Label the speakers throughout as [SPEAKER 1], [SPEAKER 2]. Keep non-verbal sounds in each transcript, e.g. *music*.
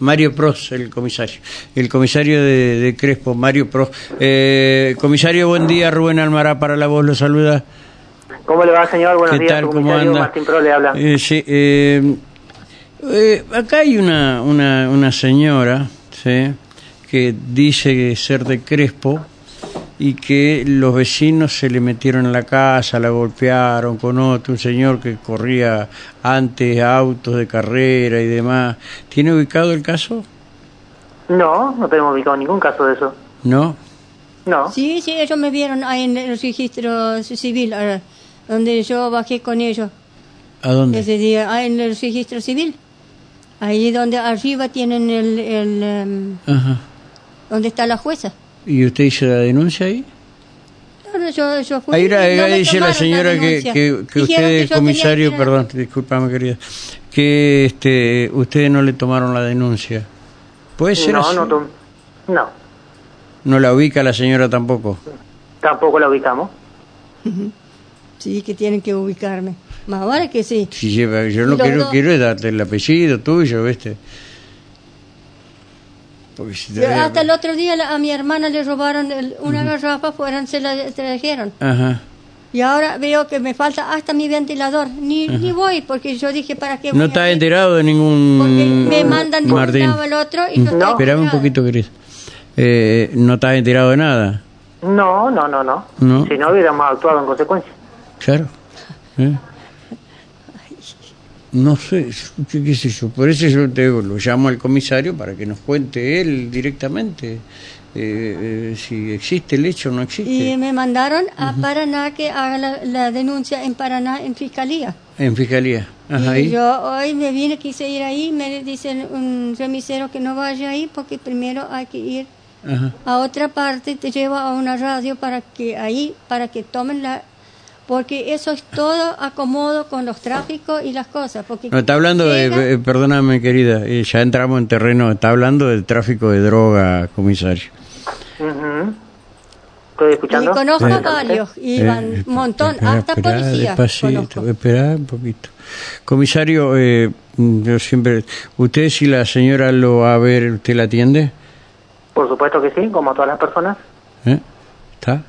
[SPEAKER 1] Mario Pros, el comisario, el comisario de, de Crespo, Mario Pros. Eh, comisario, buen día, Rubén Almará para la voz, lo saluda.
[SPEAKER 2] ¿Cómo le va, señor? Buenos días, su comisario Martín Pro le habla.
[SPEAKER 1] Eh, sí, eh, eh, acá hay una, una, una señora ¿sí? que dice ser de Crespo y que los vecinos se le metieron en la casa, la golpearon con otro, un señor que corría antes autos de carrera y demás. ¿Tiene ubicado el caso?
[SPEAKER 2] No, no tenemos ubicado ningún caso de eso.
[SPEAKER 1] ¿No?
[SPEAKER 2] No.
[SPEAKER 3] Sí, sí, ellos me vieron ahí en los registros civil, ahora, donde yo bajé con ellos
[SPEAKER 1] ¿A dónde?
[SPEAKER 3] ese día, ahí en el registro civil. Ahí donde arriba tienen el, el, em,
[SPEAKER 1] Ajá.
[SPEAKER 3] donde está la jueza.
[SPEAKER 1] ¿Y usted hizo la denuncia ahí?
[SPEAKER 3] No, no, yo, yo fui,
[SPEAKER 1] Ahí era-
[SPEAKER 3] no me
[SPEAKER 1] dice la
[SPEAKER 3] tomaron
[SPEAKER 1] señora que,
[SPEAKER 3] denuncia.
[SPEAKER 1] que, que
[SPEAKER 3] Dijeron
[SPEAKER 1] usted,
[SPEAKER 3] que yo tenía
[SPEAKER 1] comisario,
[SPEAKER 3] que ir a-
[SPEAKER 1] perdón, discúlpame querida, que este, ustedes no le tomaron la denuncia. ¿Puede ser
[SPEAKER 2] No,
[SPEAKER 1] así?
[SPEAKER 2] no, tom- no,
[SPEAKER 1] No la ubica la señora tampoco.
[SPEAKER 2] tampoco la ubicamos.
[SPEAKER 3] Sí, que tienen que ubicarme. Más vale que sí.
[SPEAKER 1] Si lleva, yo lo
[SPEAKER 3] Los
[SPEAKER 1] que no
[SPEAKER 3] dos.
[SPEAKER 1] quiero es darte el apellido tuyo, ¿viste? Porque si te-
[SPEAKER 3] Hasta el otro día la- a mi hermana le robaron el- una garrafa, fueron, se la trajeron.
[SPEAKER 1] Ajá.
[SPEAKER 3] Y ahora veo que me falta hasta mi ventilador. Ni, ni voy, porque yo dije, ¿para qué
[SPEAKER 1] No
[SPEAKER 3] voy
[SPEAKER 1] está
[SPEAKER 3] ahí?
[SPEAKER 1] enterado de
[SPEAKER 3] Porque
[SPEAKER 1] ningún
[SPEAKER 3] me mandan de un
[SPEAKER 1] Martín.
[SPEAKER 3] lado al otro y yo estoy
[SPEAKER 1] Esperame un
[SPEAKER 3] apurada.
[SPEAKER 1] poquito, querida. Eh, no estás enterado de nada,
[SPEAKER 2] No, no, no, no.
[SPEAKER 1] No.
[SPEAKER 2] Si no hubiéramos actuado en consecuencia.
[SPEAKER 3] *laughs*
[SPEAKER 1] claro. ¿Eh? No sé, yo- qué, qué sé yo. Por eso yo te digo, lo llamo al comisario para que nos cuente él directamente eh, eh, si existe el hecho o no existe.
[SPEAKER 3] Y me mandaron a Paraná que haga la, la denuncia en Paraná, en fiscalía.
[SPEAKER 1] En fiscalía. Ajá,
[SPEAKER 3] y
[SPEAKER 1] ahí.
[SPEAKER 3] yo hoy me vine, quise ir ahí, me dicen un remisero que no vaya ahí porque primero hay que ir
[SPEAKER 1] Ajá.
[SPEAKER 3] a otra parte, te lleva a una radio para que ahí, para que tomen la... Porque eso es todo acomodo con los tráficos y las cosas. Porque
[SPEAKER 1] No, está hablando de,
[SPEAKER 3] llega-
[SPEAKER 1] eh, perdóname querida, eh, ya entramos en terreno, está hablando del tráfico de droga, comisario.
[SPEAKER 2] Ujú. ¿Estoy
[SPEAKER 3] Y
[SPEAKER 2] escuchando?
[SPEAKER 3] conozco
[SPEAKER 1] Eh,
[SPEAKER 3] varios, y
[SPEAKER 1] Eh,
[SPEAKER 3] van un
[SPEAKER 1] espe-
[SPEAKER 3] montón,
[SPEAKER 1] espera,
[SPEAKER 3] hasta
[SPEAKER 1] espera,
[SPEAKER 3] policía.
[SPEAKER 1] despacito, eh.
[SPEAKER 3] conozco.
[SPEAKER 1] espera un poquito. Comisario, eh, yo siempre, usted si la señora lo va a ver, ¿usted la atiende?
[SPEAKER 2] Por supuesto que sí, como todas las personas.
[SPEAKER 1] ¿Eh? ¿Está?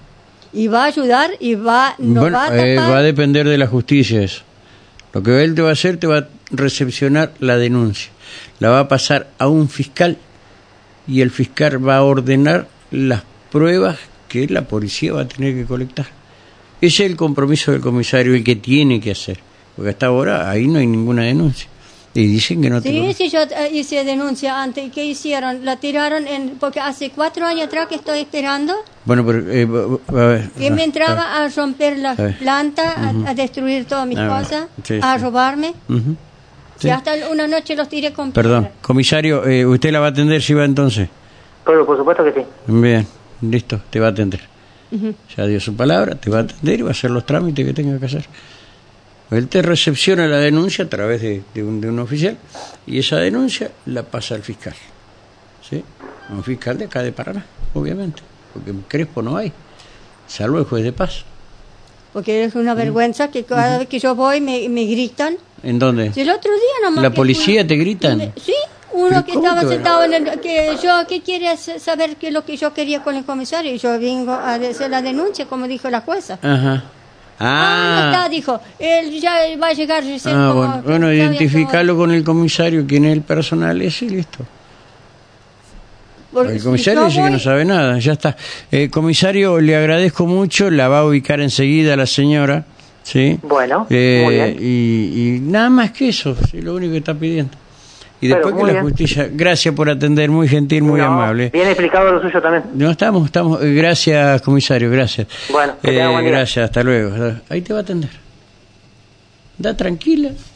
[SPEAKER 3] Y va a ayudar y va, no
[SPEAKER 1] bueno,
[SPEAKER 3] va a
[SPEAKER 1] eh,
[SPEAKER 3] tapar.
[SPEAKER 1] va a depender de la justicia eso. Lo que él te va a hacer, te va a recepcionar la denuncia. La va a pasar a un fiscal y el fiscal va a ordenar las pruebas que la policía va a tener que colectar. Ese es el compromiso del comisario, el que tiene que hacer. Porque hasta ahora ahí no hay ninguna denuncia. Y dicen que no te
[SPEAKER 3] Sí,
[SPEAKER 1] lo-
[SPEAKER 3] sí, yo eh, hice denuncia antes. ¿Y qué hicieron? La tiraron en... Porque hace cuatro años atrás que estoy esperando
[SPEAKER 1] Bueno, pero... eh, va- va- a ver.
[SPEAKER 3] que me entraba a romper la
[SPEAKER 1] Está bien.
[SPEAKER 3] planta, a- a, destruir todas mis
[SPEAKER 1] Ah, bueno.
[SPEAKER 3] cosas,
[SPEAKER 1] Sí,
[SPEAKER 3] a
[SPEAKER 1] sí.
[SPEAKER 3] robarme.
[SPEAKER 1] Ujú. Sí.
[SPEAKER 3] Y hasta una noche los tiré con...
[SPEAKER 1] Perdón. Comisario, eh, ¿usted la va a atender si va entonces?
[SPEAKER 2] Pero por supuesto que sí.
[SPEAKER 1] Bien, listo, te va a atender. Ya dio su palabra, te va a atender y va a hacer los trámites que tenga que hacer. Él te recepciona la denuncia a través de, de un, de un oficial y esa denuncia la pasa al fiscal. ¿Sí? A Un fiscal de acá de Paraná, obviamente, porque en Crespo no hay, salvo el juez de paz.
[SPEAKER 3] Porque es una vergüenza que cada vez que yo voy me, me gritan.
[SPEAKER 1] ¿En dónde?
[SPEAKER 3] Y el otro día nomás...
[SPEAKER 1] ¿La
[SPEAKER 3] que
[SPEAKER 1] policía
[SPEAKER 3] fui-
[SPEAKER 1] te gritan?
[SPEAKER 3] me- Sí, uno
[SPEAKER 1] ¿Pero
[SPEAKER 3] que
[SPEAKER 1] cómo
[SPEAKER 3] estaba
[SPEAKER 1] te van a-
[SPEAKER 3] sentado en el... Que yo, ¿qué quiere sa- saber qué es lo que yo quería con el comisario? Y yo vengo a hacer la denuncia, como dijo la jueza.
[SPEAKER 1] Ajá.
[SPEAKER 3] Ah,
[SPEAKER 1] Ah,
[SPEAKER 3] está, dijo. Él ya va a llegar recién.
[SPEAKER 1] ah
[SPEAKER 3] como-
[SPEAKER 1] bueno, bueno
[SPEAKER 3] todavía
[SPEAKER 1] identificalo con el comisario, quién es el personal ese y listo.
[SPEAKER 3] como- porque
[SPEAKER 1] El
[SPEAKER 3] si
[SPEAKER 1] comisario
[SPEAKER 3] yo
[SPEAKER 1] dice que no
[SPEAKER 3] voy-
[SPEAKER 1] sabe nada, ya está. Eh, comisario, le agradezco mucho, la va a ubicar enseguida la señora, ¿sí?
[SPEAKER 2] Bueno,
[SPEAKER 1] Eh,
[SPEAKER 2] muy bien.
[SPEAKER 1] Y, y nada más que eso, es lo único que está pidiendo. Y
[SPEAKER 2] Pero,
[SPEAKER 1] después que
[SPEAKER 2] muy
[SPEAKER 1] la
[SPEAKER 2] bien.
[SPEAKER 1] justicia... Gracias por atender, muy gentil, muy
[SPEAKER 2] No,
[SPEAKER 1] amable.
[SPEAKER 2] Bien explicado lo suyo también.
[SPEAKER 1] No estamos, estamos... eh, Gracias, comisario, gracias. Eh,
[SPEAKER 2] Bueno, que tenga buen día.
[SPEAKER 1] Gracias, hasta luego. Ahí te va a atender. Da tranquila.